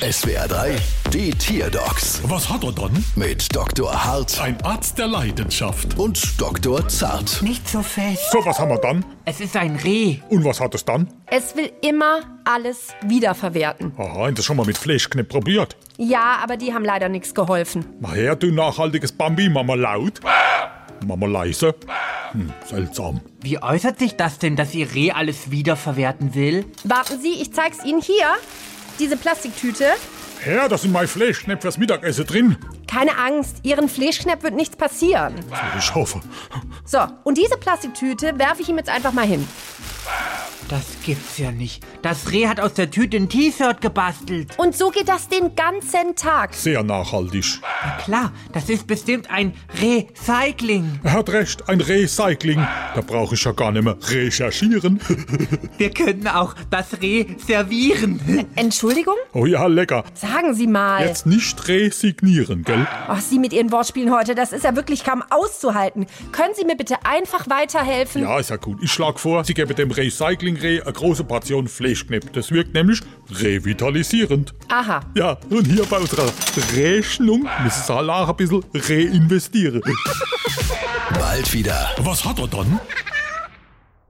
SWR 3, die Tierdocs Was hat er dann? mit Dr. Hart Ein Arzt der Leidenschaft. und Dr. Zart. Nicht so fest. So, was haben wir dann? Es ist ein Reh. Und was hat es dann? Es will immer alles wiederverwerten. Aha, haben das schon mal mit Fleischknepp probiert. Ja, aber die haben leider nichts geholfen. Mach her, du nachhaltiges Bambi, Mama laut. Mama leise. Hm, seltsam. Wie äußert sich das denn, dass Ihr Reh alles wiederverwerten will? Warten Sie, ich zeig's Ihnen hier. Diese Plastiktüte. Herr, da sind mein Fleischknepp fürs Mittagessen drin. Keine Angst, Ihren Fleischknepp wird nichts passieren. Ich hoffe. So, und diese Plastiktüte werfe ich ihm jetzt einfach mal hin. Das gibt's ja nicht. Das Reh hat aus der Tüte ein T-Shirt gebastelt. Und so geht das den ganzen Tag. Sehr nachhaltig. Na klar, das ist bestimmt ein Recycling. Er hat recht, ein Recycling. Da brauche ich ja gar nicht mehr recherchieren. Wir können auch das Reh servieren. Entschuldigung? Oh ja, lecker. Sagen Sie mal. Jetzt nicht resignieren, gell? Ach, Sie mit Ihren Wortspielen heute, das ist ja wirklich kaum auszuhalten. Können Sie mir bitte einfach weiterhelfen? Ja, ist ja gut. Ich schlage vor, Sie geben dem Recycling-Reh eine große Portion Fleischknepp. Das wirkt nämlich revitalisierend. Aha. Ja, und hier bei unserer Rechnung müssen Sie halt auch ein bisschen reinvestieren. Bald wieder. Was hat er dann?